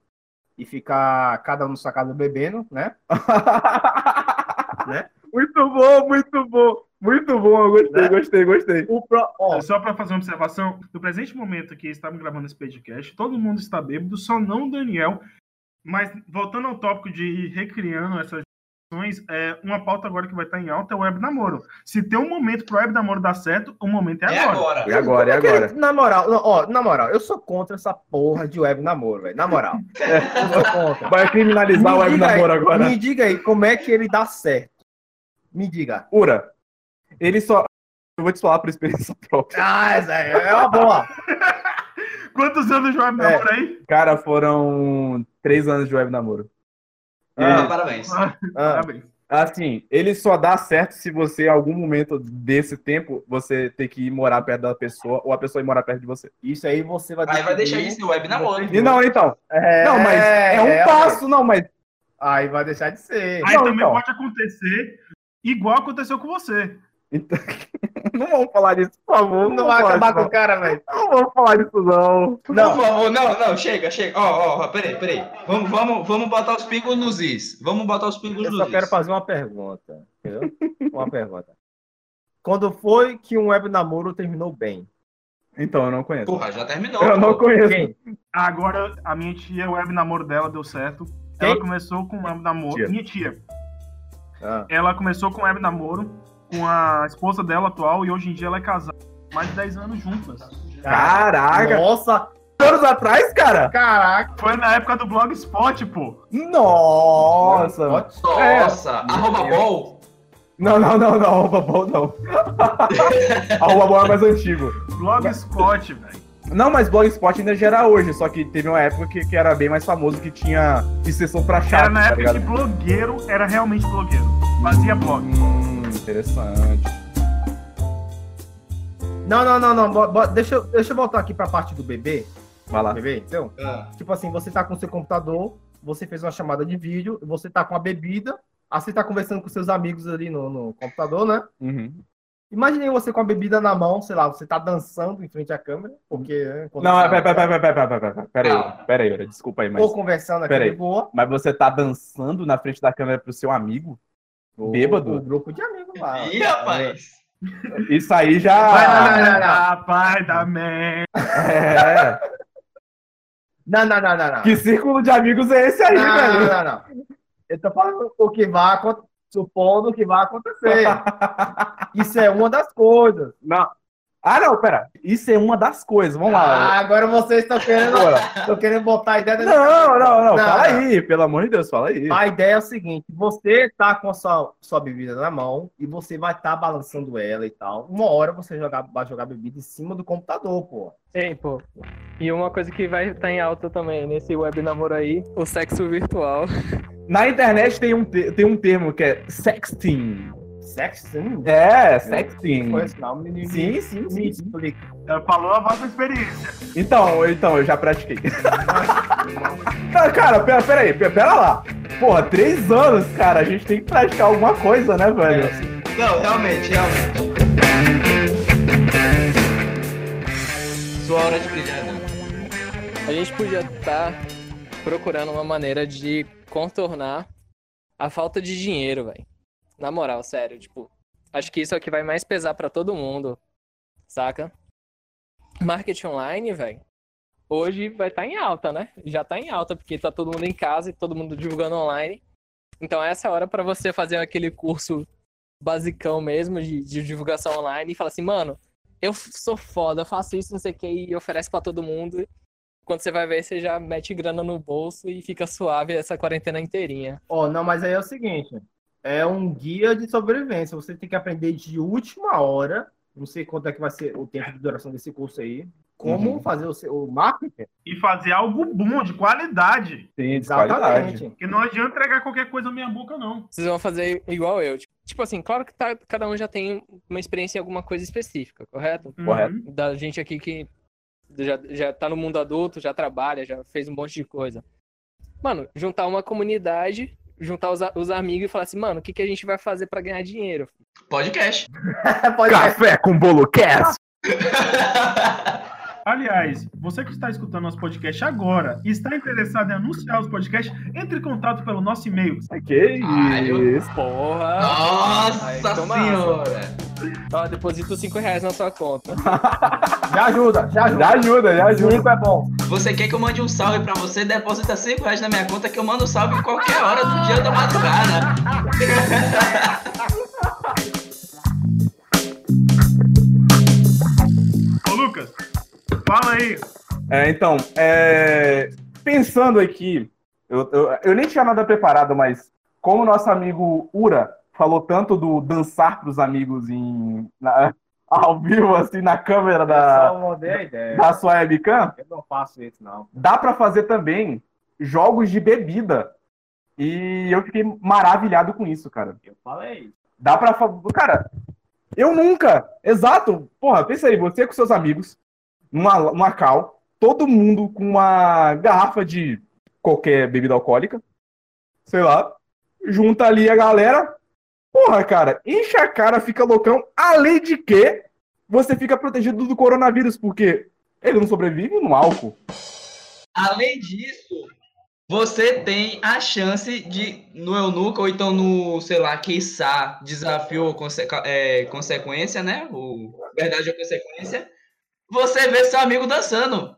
[SPEAKER 5] e ficar cada um na sua casa bebendo, né?
[SPEAKER 7] Muito bom, muito bom. Muito bom, eu
[SPEAKER 4] Né?
[SPEAKER 7] gostei, gostei, gostei.
[SPEAKER 5] O pro... ó,
[SPEAKER 3] Só pra fazer uma observação, no presente momento que estamos gravando esse podcast, todo mundo está bêbado, só não o Daniel. Mas voltando ao tópico de ir recriando essas opções, é, uma pauta agora que vai estar em alta é o web namoro. Se tem um momento pro web namoro dar certo, o momento é,
[SPEAKER 6] É
[SPEAKER 3] agora.
[SPEAKER 6] agora.
[SPEAKER 7] E agora, e
[SPEAKER 5] Como é que ele-
[SPEAKER 7] agora?
[SPEAKER 5] Na moral, não, ó, na moral, eu sou contra essa porra de web namoro, velho. Na moral. Eu sou contra.
[SPEAKER 7] Vai criminalizar o
[SPEAKER 5] Me
[SPEAKER 7] web
[SPEAKER 5] diga aí,
[SPEAKER 7] namoro agora.
[SPEAKER 5] Me diga aí, como é que ele dá certo? Me diga.
[SPEAKER 7] Ura, ele só. Eu vou te falar por experiência própria.
[SPEAKER 5] Ah, essa é uma boa.
[SPEAKER 3] Quantos anos de web
[SPEAKER 7] É.
[SPEAKER 3] namoro aí?
[SPEAKER 7] Cara, foram três anos de web namoro. É.
[SPEAKER 6] Ah, parabéns.
[SPEAKER 5] Ah,
[SPEAKER 3] Parabéns.
[SPEAKER 7] Assim, ele só dá certo se você, em algum momento desse tempo, você ter que ir morar perto da pessoa ou a pessoa ir morar perto de você.
[SPEAKER 5] isso aí você vai
[SPEAKER 6] Aí vai deixar
[SPEAKER 5] decidir.
[SPEAKER 6] de ser web namoro.
[SPEAKER 7] E não, então.
[SPEAKER 5] É,
[SPEAKER 7] Não, mas é um passo, não, mas.
[SPEAKER 5] Aí vai deixar de ser.
[SPEAKER 3] Aí
[SPEAKER 7] Não,
[SPEAKER 3] também
[SPEAKER 7] então.
[SPEAKER 3] pode acontecer igual aconteceu com você.
[SPEAKER 7] Então, não vamos falar disso, por favor.
[SPEAKER 5] Não vai
[SPEAKER 7] vamos
[SPEAKER 5] acabar com
[SPEAKER 7] falar
[SPEAKER 5] o cara, velho.
[SPEAKER 7] disso, Não Não vamos falar disso, não.
[SPEAKER 6] Não, por favor, não, não, chega, chega. Ó, ó, ó, peraí, peraí. Vamos, vamos, vamos botar os pingos nos is. Vamos botar os pingos
[SPEAKER 5] Eu
[SPEAKER 6] nos
[SPEAKER 5] só
[SPEAKER 6] is.
[SPEAKER 5] quero fazer uma pergunta. Entendeu? Uma pergunta. Quando foi que um web namoro terminou bem?
[SPEAKER 7] Então, eu não conheço.
[SPEAKER 6] Porra, já terminou.
[SPEAKER 7] Eu não
[SPEAKER 6] pô.
[SPEAKER 7] conheço.
[SPEAKER 5] Quem?
[SPEAKER 3] Agora, a minha tia, o web namoro dela deu certo.
[SPEAKER 5] Quem?
[SPEAKER 3] Ela começou com web namoro.
[SPEAKER 7] Tia.
[SPEAKER 3] Minha tia.
[SPEAKER 5] Ah.
[SPEAKER 3] Ela começou com web namoro com a esposa dela atual e hoje em dia ela é casada. Mais de 10 anos juntas.
[SPEAKER 7] Caraca,
[SPEAKER 5] Nossa,
[SPEAKER 7] anos atrás, cara?
[SPEAKER 5] caraca.
[SPEAKER 3] Foi na época do Blogspot, pô.
[SPEAKER 7] Nossa.
[SPEAKER 6] Nossa,
[SPEAKER 7] É.
[SPEAKER 6] arroba bol.
[SPEAKER 7] Não, não, não, não, arroba bom não. arroba bom é mais antigo.
[SPEAKER 3] Blogspot, velho.
[SPEAKER 7] Não, mas Blogspot ainda gera hoje, só que teve uma época que, que era bem mais famoso, que tinha de sessão pra
[SPEAKER 3] Era
[SPEAKER 7] chato,
[SPEAKER 3] na
[SPEAKER 7] tá
[SPEAKER 3] época que
[SPEAKER 7] ligado?
[SPEAKER 3] blogueiro era realmente blogueiro. Fazia blog.
[SPEAKER 7] Hum, interessante.
[SPEAKER 5] Não, não, não, não. bo- bo- Deixa, eu- deixa eu voltar aqui pra parte do bebê.
[SPEAKER 7] Vai lá.
[SPEAKER 5] Bebê, então.
[SPEAKER 6] Ah,
[SPEAKER 5] Tipo assim, você tá com seu computador, você fez uma chamada de vídeo, você tá com a bebida, aí você tá conversando com seus amigos ali no, no computador, né?
[SPEAKER 7] Uhum.
[SPEAKER 5] Imaginei você com a bebida na mão, sei lá, você tá dançando em frente à câmera, porque. né, quando
[SPEAKER 7] Não, é,
[SPEAKER 5] tá-
[SPEAKER 7] peraí, peraí, peraí, peraí, peraí, peraí,
[SPEAKER 6] Ah.
[SPEAKER 7] peraí, peraí, peraí, desculpa aí, mas...
[SPEAKER 5] Ou conversando aqui
[SPEAKER 7] Peraí.
[SPEAKER 5] de boa.
[SPEAKER 7] Mas você tá dançando na frente da câmera pro seu amigo?
[SPEAKER 5] ou
[SPEAKER 7] Bêbado?
[SPEAKER 5] O grupo de amigos lá.
[SPEAKER 6] Ih,
[SPEAKER 7] Ah.
[SPEAKER 6] rapaz.
[SPEAKER 7] Isso aí já...
[SPEAKER 5] Vai, vai, vai, vai.
[SPEAKER 3] Rapaz da merda.
[SPEAKER 7] É.
[SPEAKER 5] Não, não, não, não, não.
[SPEAKER 7] Que círculo de amigos é esse aí,
[SPEAKER 5] não,
[SPEAKER 7] velho?
[SPEAKER 5] não, não, não. Eu tô falando o que vai acontecer, supondo o que vai acontecer. Isso é uma das coisas.
[SPEAKER 7] Não. Ah, não, pera. Isso é uma das coisas. Vamos
[SPEAKER 5] Ah,
[SPEAKER 7] lá.
[SPEAKER 5] agora vocês estão
[SPEAKER 3] Ah,
[SPEAKER 5] querendo,
[SPEAKER 7] Bora.
[SPEAKER 5] estão querendo botar a ideia da
[SPEAKER 7] Não, não, não.
[SPEAKER 5] Não,
[SPEAKER 7] Fala
[SPEAKER 5] não.
[SPEAKER 7] aí. Pelo amor de Deus, fala aí.
[SPEAKER 5] A ideia é o seguinte: você tá com a sua, sua bebida na mão e você vai estar balançando ela e tal. Uma hora você jogar, vai jogar a bebida em cima do computador, pô.
[SPEAKER 8] Ei, pô. E uma coisa que vai estar em alta também nesse web namoro aí, o sexo virtual.
[SPEAKER 7] Na internet tem um, te- tem um termo que é sexting.
[SPEAKER 5] Sexo? Hum,
[SPEAKER 7] É, sexting.
[SPEAKER 5] não conheço não, menino.
[SPEAKER 7] Sim, sim,
[SPEAKER 5] Me
[SPEAKER 7] sim.
[SPEAKER 5] explica.
[SPEAKER 3] Ela Falou a vossa experiência.
[SPEAKER 7] Então, então, eu já pratiquei. Não, cara, pera, pera aí, pera, pera lá. Porra, três anos, cara, a gente tem que praticar alguma coisa, né, velho?
[SPEAKER 6] Não, realmente, realmente. Sua hora de brilhar, né?
[SPEAKER 8] A gente podia estar procurando uma maneira de contornar a falta de dinheiro, velho. Na moral, sério, tipo, acho que isso é o que vai mais pesar pra todo mundo, saca? Marketing online, velho. Hoje vai estar em alta, né? Já tá em alta porque tá todo mundo em casa e todo mundo divulgando online. Então essa é a hora pra você fazer aquele curso basicão mesmo de, de divulgação online e falar assim, mano, eu sou foda, eu faço isso, não sei o que, e oferece pra todo mundo quando você vai ver, você já mete grana no bolso e fica suave essa quarentena inteirinha.
[SPEAKER 5] Ó, não, mas aí é o seguinte: é um guia de sobrevivência. Você tem que aprender de última hora. Não sei quanto é que vai ser o tempo de duração desse curso aí. Como
[SPEAKER 7] Uhum.
[SPEAKER 5] fazer o, seu, o marketing?
[SPEAKER 3] E fazer algo bom, de qualidade.
[SPEAKER 7] Sim, de qualidade.
[SPEAKER 3] Porque não adianta entregar qualquer coisa na minha boca, não.
[SPEAKER 8] Vocês vão fazer igual eu. Tipo, tipo assim, claro que tá- cada um já tem uma experiência em alguma coisa específica, correto?
[SPEAKER 7] Correto.
[SPEAKER 8] Da gente aqui que já, já tá no mundo adulto, já trabalha, já fez um monte de coisa. Mano, juntar uma comunidade, juntar os, a- os amigos e falar assim, mano, o que, que a gente vai fazer pra ganhar dinheiro?
[SPEAKER 6] Podcast.
[SPEAKER 5] Pode
[SPEAKER 7] Café com bolo cast.
[SPEAKER 3] Aliás, você que está escutando nosso podcast agora e está interessado em anunciar os podcasts, entre em contato pelo nosso e-mail.
[SPEAKER 7] Que
[SPEAKER 6] Ai, eu-
[SPEAKER 7] isso.
[SPEAKER 8] Porra!
[SPEAKER 4] Ah,
[SPEAKER 6] Nossa
[SPEAKER 8] Aí, toma.
[SPEAKER 6] senhora.
[SPEAKER 8] Ó, deposito 5 reais na sua conta.
[SPEAKER 5] Já ajuda, já ajuda.
[SPEAKER 7] Já ajuda, já ajuda.
[SPEAKER 5] Cinco é bom.
[SPEAKER 4] Você quer que eu mande um salve pra você? Deposita 5 reais na minha conta que eu mando um salve qualquer hora do dia ou da madrugada.
[SPEAKER 3] Ô, Lucas, fala aí.
[SPEAKER 7] É, então, é, pensando aqui, eu, eu, eu nem tinha nada preparado, mas como nosso amigo Ura falou tanto do dançar pros amigos em, na- ao vivo, assim, na câmera
[SPEAKER 5] Eu
[SPEAKER 7] da,
[SPEAKER 5] só mudei a ideia.
[SPEAKER 7] da sua webcam,
[SPEAKER 5] Eu não faço isso, não.
[SPEAKER 7] dá pra fazer também jogos de bebida. E eu fiquei maravilhado com isso, cara.
[SPEAKER 5] Eu falei.
[SPEAKER 7] Dá pra. fa- Cara, eu nunca. Exato. Porra, pensa aí, você com seus amigos, numa, numa cal, todo mundo com uma garrafa de qualquer bebida alcoólica, sei lá, junta ali a galera. Porra, cara, enche a cara, fica loucão, além de que você fica protegido do coronavírus, porque ele não sobrevive no álcool.
[SPEAKER 4] Além disso, você tem a chance de, no Eunuca, ou então no, sei lá, quiçá, desafio ou conse- é, consequência, né? O, verdade ou consequência. Você vê seu amigo dançando.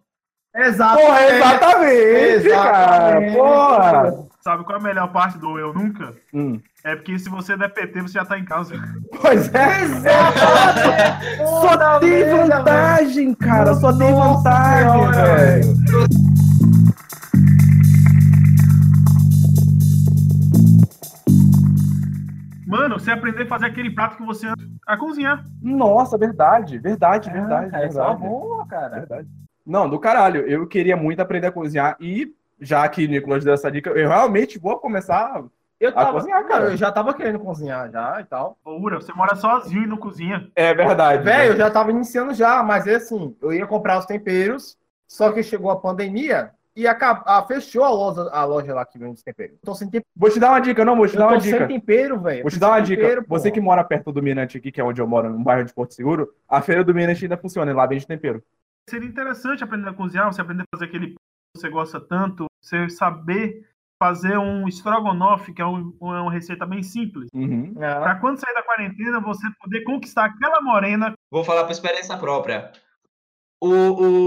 [SPEAKER 3] Ah,
[SPEAKER 5] Exato.
[SPEAKER 7] Porra, exatamente, cara.
[SPEAKER 5] Exatamente.
[SPEAKER 7] Porra.
[SPEAKER 3] Sabe qual é a melhor parte do Eu Nunca?
[SPEAKER 7] Hum.
[SPEAKER 3] É porque se você der PT, você já tá em casa.
[SPEAKER 7] Pois é.
[SPEAKER 5] É.
[SPEAKER 7] Só tem
[SPEAKER 5] né?
[SPEAKER 7] vantagem, cara. Só tem vantagem, velho.
[SPEAKER 3] Mano, você aprender a fazer aquele prato que você ama a cozinhar.
[SPEAKER 7] Nossa, verdade, verdade, verdade,
[SPEAKER 5] cara, isso é uma
[SPEAKER 7] verdade.
[SPEAKER 5] boa, cara.
[SPEAKER 7] Verdade. Não, do caralho. Eu queria muito aprender a cozinhar e já que o Nicolas deu essa dica, eu realmente vou começar.
[SPEAKER 5] Eu,
[SPEAKER 7] A cozinhar, cara.
[SPEAKER 5] eu já tava querendo cozinhar já e tal.
[SPEAKER 3] Ô, Ura, você mora sozinho e não cozinha.
[SPEAKER 7] É verdade.
[SPEAKER 5] Velho, eu já tava iniciando já, mas é assim, eu ia comprar os temperos, só que chegou a pandemia e acab- ah, fechou a loja, a loja lá que vende os temperos. Tô sem tempero.
[SPEAKER 7] Vou te dar uma dica, não, vou te dar
[SPEAKER 5] Eu
[SPEAKER 7] uma
[SPEAKER 5] tô sem
[SPEAKER 7] dica.
[SPEAKER 5] tempero, velho.
[SPEAKER 7] Vou te dar uma dica.
[SPEAKER 5] Tempero, porra.
[SPEAKER 7] Você que mora perto do Mirante aqui, que é onde eu moro, no bairro de Porto Seguro, a feira do Mirante ainda funciona, e lá vende tempero.
[SPEAKER 3] Seria interessante aprender a cozinhar, você aprender a fazer aquele prato que você gosta tanto, você saber fazer um estrogonofe, que é, um- é uma receita bem simples.
[SPEAKER 7] Uhum.
[SPEAKER 5] Ah,
[SPEAKER 3] Pra quando sair da quarentena, você poder conquistar aquela morena
[SPEAKER 4] Vou falar por experiência própria. O,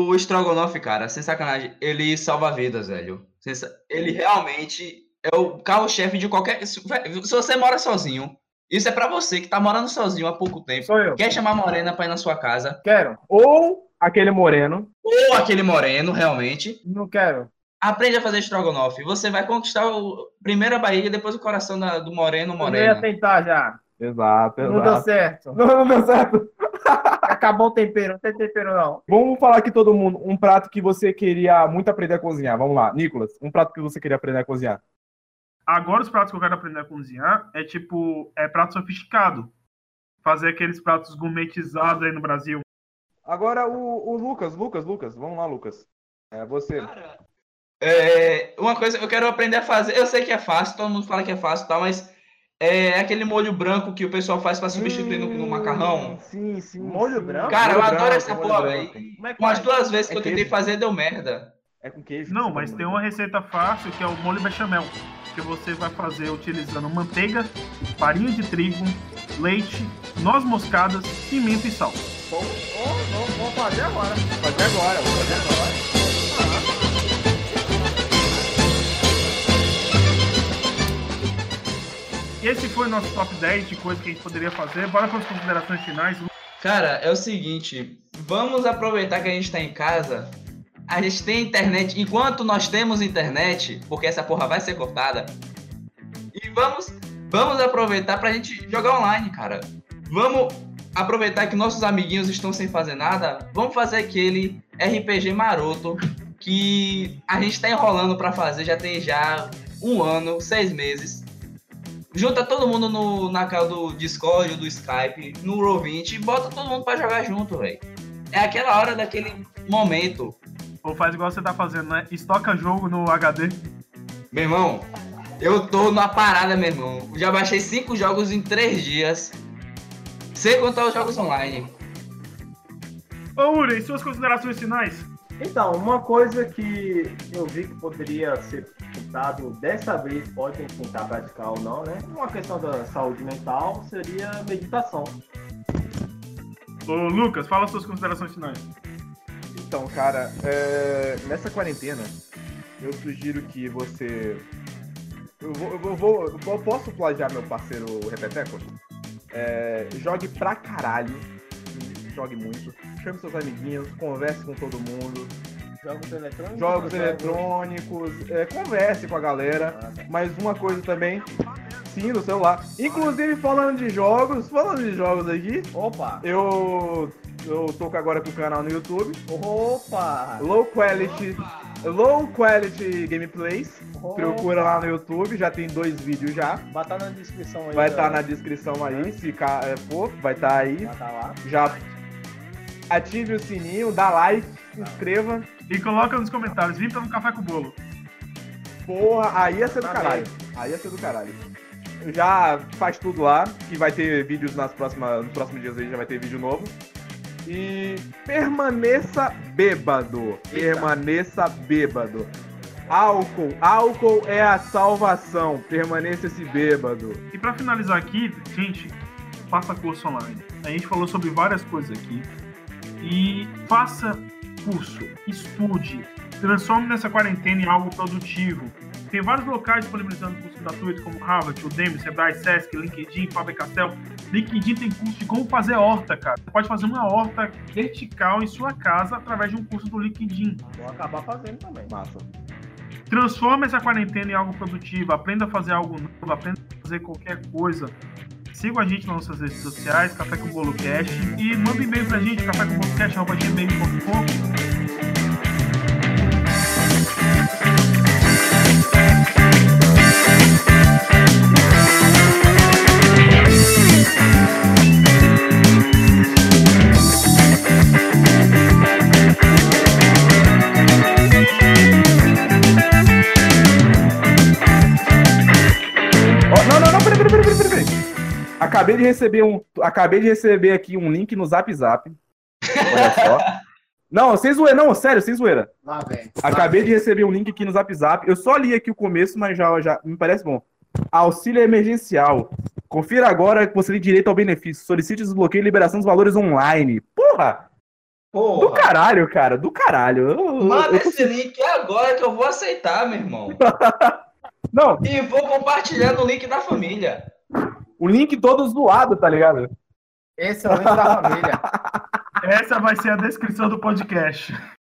[SPEAKER 4] o estrogonofe, cara, sem sacanagem, ele salva vidas, velho. Sem sa- Ele realmente é o carro-chefe de qualquer. Se velho, se você mora sozinho, isso é pra você que tá morando sozinho há pouco tempo.
[SPEAKER 5] Sou eu.
[SPEAKER 4] Quer chamar a morena pra ir na sua casa?
[SPEAKER 5] Quero.
[SPEAKER 7] Ou aquele moreno.
[SPEAKER 4] Ou aquele moreno, realmente.
[SPEAKER 5] Não quero.
[SPEAKER 4] Aprende a fazer estrogonofe. Você vai conquistar o, primeiro a barriga, depois o coração da- do moreno,
[SPEAKER 5] Eu ia
[SPEAKER 4] morena.
[SPEAKER 5] tentar já.
[SPEAKER 7] Exato,
[SPEAKER 5] Não deu certo.
[SPEAKER 7] Não, não deu certo.
[SPEAKER 5] Acabou o tempero. Não tem tempero, não.
[SPEAKER 7] Vamos falar aqui todo mundo. Um prato que você queria muito aprender a cozinhar. Vamos lá, Nicolas. Um prato que você queria aprender a cozinhar.
[SPEAKER 3] Agora os pratos que eu quero aprender a cozinhar é tipo, é prato sofisticado. Fazer aqueles pratos gourmetizados aí no Brasil.
[SPEAKER 7] Agora o, o Lucas, Lucas, Lucas. Vamos lá, Lucas. É você.
[SPEAKER 4] Cara, é, uma coisa que eu quero aprender a fazer, eu sei que é fácil, todo mundo fala que é fácil e tal, mas é aquele molho branco que o pessoal faz pra substituir no, no macarrão.
[SPEAKER 7] Sim, sim.
[SPEAKER 5] Molho branco?
[SPEAKER 4] Cara, eu
[SPEAKER 7] Molho
[SPEAKER 4] adoro
[SPEAKER 7] branco,
[SPEAKER 4] essa
[SPEAKER 7] molho
[SPEAKER 4] porra,
[SPEAKER 7] branco.
[SPEAKER 4] velho.
[SPEAKER 5] Como é que
[SPEAKER 4] Umas
[SPEAKER 5] faz?
[SPEAKER 4] duas vezes que
[SPEAKER 7] É
[SPEAKER 4] eu tentei
[SPEAKER 7] queijo.
[SPEAKER 4] fazer deu merda.
[SPEAKER 7] É com queijo.
[SPEAKER 3] Não, mas tem uma receita fácil que é o molho bechamel, que você vai fazer utilizando manteiga, farinha de trigo, leite, noz moscadas, pimenta e sal.
[SPEAKER 5] Vou- vou- vou- vou fazer agora.
[SPEAKER 7] Fazer agora, vou fazer agora.
[SPEAKER 3] Esse foi o nosso top 10 de coisas que a gente poderia fazer. Bora para as considerações finais.
[SPEAKER 4] Cara, é o seguinte, vamos aproveitar que a gente tá em casa. A gente tem internet, enquanto nós temos internet, porque essa porra vai ser cortada. E vamos, vamos aproveitar pra gente jogar online, cara. Vamos aproveitar que nossos amiguinhos estão sem fazer nada, vamos fazer aquele RPG maroto que a gente tá enrolando pra fazer já tem já um ano, seis meses. Junta todo mundo no, na casa do Discord, do Skype, no Roll20 e bota todo mundo pra jogar junto, velho. É aquela hora daquele momento.
[SPEAKER 3] Ou faz igual você tá fazendo, né? Estoca jogo no HD.
[SPEAKER 4] Meu irmão, eu tô na parada, meu irmão. Já baixei cinco jogos em três dias. Sem contar os jogos online.
[SPEAKER 3] Ô, Uri, e suas considerações finais?
[SPEAKER 5] Então, uma coisa que eu vi que poderia ser tentado dessa vez, pode tentar praticar ou não, né? Uma questão da saúde mental seria meditação.
[SPEAKER 3] Ô, Lucas, fala suas considerações finais.
[SPEAKER 7] Então, cara, é, nessa quarentena, eu sugiro que você. Eu, vou, eu, vou- eu vou- eu vou- eu posso plagiar meu parceiro Repeteco? É, jogue pra caralho. Jogue muito. Chame seus amiguinhos, converse com todo mundo.
[SPEAKER 5] Jogos eletrônicos.
[SPEAKER 7] Jogos eletrônicos, é, converse com a galera. Mas uma coisa também, sim, no celular. Inclusive, falando de jogos, falando de jogos aqui,
[SPEAKER 5] Opa!
[SPEAKER 7] eu, eu tô agora com o canal no YouTube.
[SPEAKER 5] Opa!
[SPEAKER 7] Low Quality. Low Quality Gameplays. Procura lá no YouTube, já tem dois vídeos já.
[SPEAKER 5] Vai estar na descrição aí.
[SPEAKER 7] Vai
[SPEAKER 5] ó.
[SPEAKER 7] estar na descrição aí, se ca- é, for, vai estar aí.
[SPEAKER 5] Vai tá lá.
[SPEAKER 7] Já ative o sininho, dá like, se inscreva.
[SPEAKER 3] E coloca nos comentários, vim pelo café com bolo.
[SPEAKER 7] Porra, aí ia ser do
[SPEAKER 5] Tá
[SPEAKER 7] caralho. Aí ia ser do caralho. Já faz tudo lá, que vai ter vídeos nas próximas, nos próximos dias aí, já vai ter vídeo novo. E permaneça bêbado. Permaneça bêbado. Álcool, álcool é a salvação. Permaneça-se bêbado.
[SPEAKER 3] E pra finalizar aqui, gente, faça curso online. A gente falou sobre várias coisas aqui. E faça curso, estude, transforme nessa quarentena em algo produtivo. Tem vários locais disponibilizando curso gratuito, como Harvard, Udemy, Sebrae, Sesc, LinkedIn, Faber Castell. LinkedIn tem curso de como fazer horta, cara. Você pode fazer uma horta vertical em sua casa através de um curso do LinkedIn.
[SPEAKER 5] Vou acabar fazendo também.
[SPEAKER 7] Massa.
[SPEAKER 3] Transforma essa quarentena em algo produtivo, aprenda a fazer algo novo, aprenda a fazer qualquer coisa. Siga a gente nas nossas redes sociais, Café com Bolo Cash, e manda um e-mail pra gente, cafécombolocast.com.
[SPEAKER 7] Ó, não, não, não, peraí, peraí, peraí, peraí, peraí. Acabei de receber um. Acabei de receber aqui um link no Zap Zap. Olha só. Não, sem zoeira, não, sério, sem zoeira.
[SPEAKER 5] Lá, velho.
[SPEAKER 7] Acabei de receber um link aqui no Zap Zap. Eu só li aqui o começo, mas já, já me parece bom. Auxílio emergencial. Confira agora que você tem direito ao benefício. Solicite desbloqueio e liberação dos valores online. Porra! Do
[SPEAKER 4] Porra,
[SPEAKER 7] caralho, cara. Do caralho. Eu- eu-
[SPEAKER 4] manda
[SPEAKER 7] eu-
[SPEAKER 4] esse link agora que eu vou aceitar, meu irmão.
[SPEAKER 7] Não,
[SPEAKER 4] E vou compartilhar no link da família.
[SPEAKER 7] o link todo zoado, tá ligado?
[SPEAKER 5] Esse é o link da família.
[SPEAKER 3] Essa vai ser a descrição do podcast.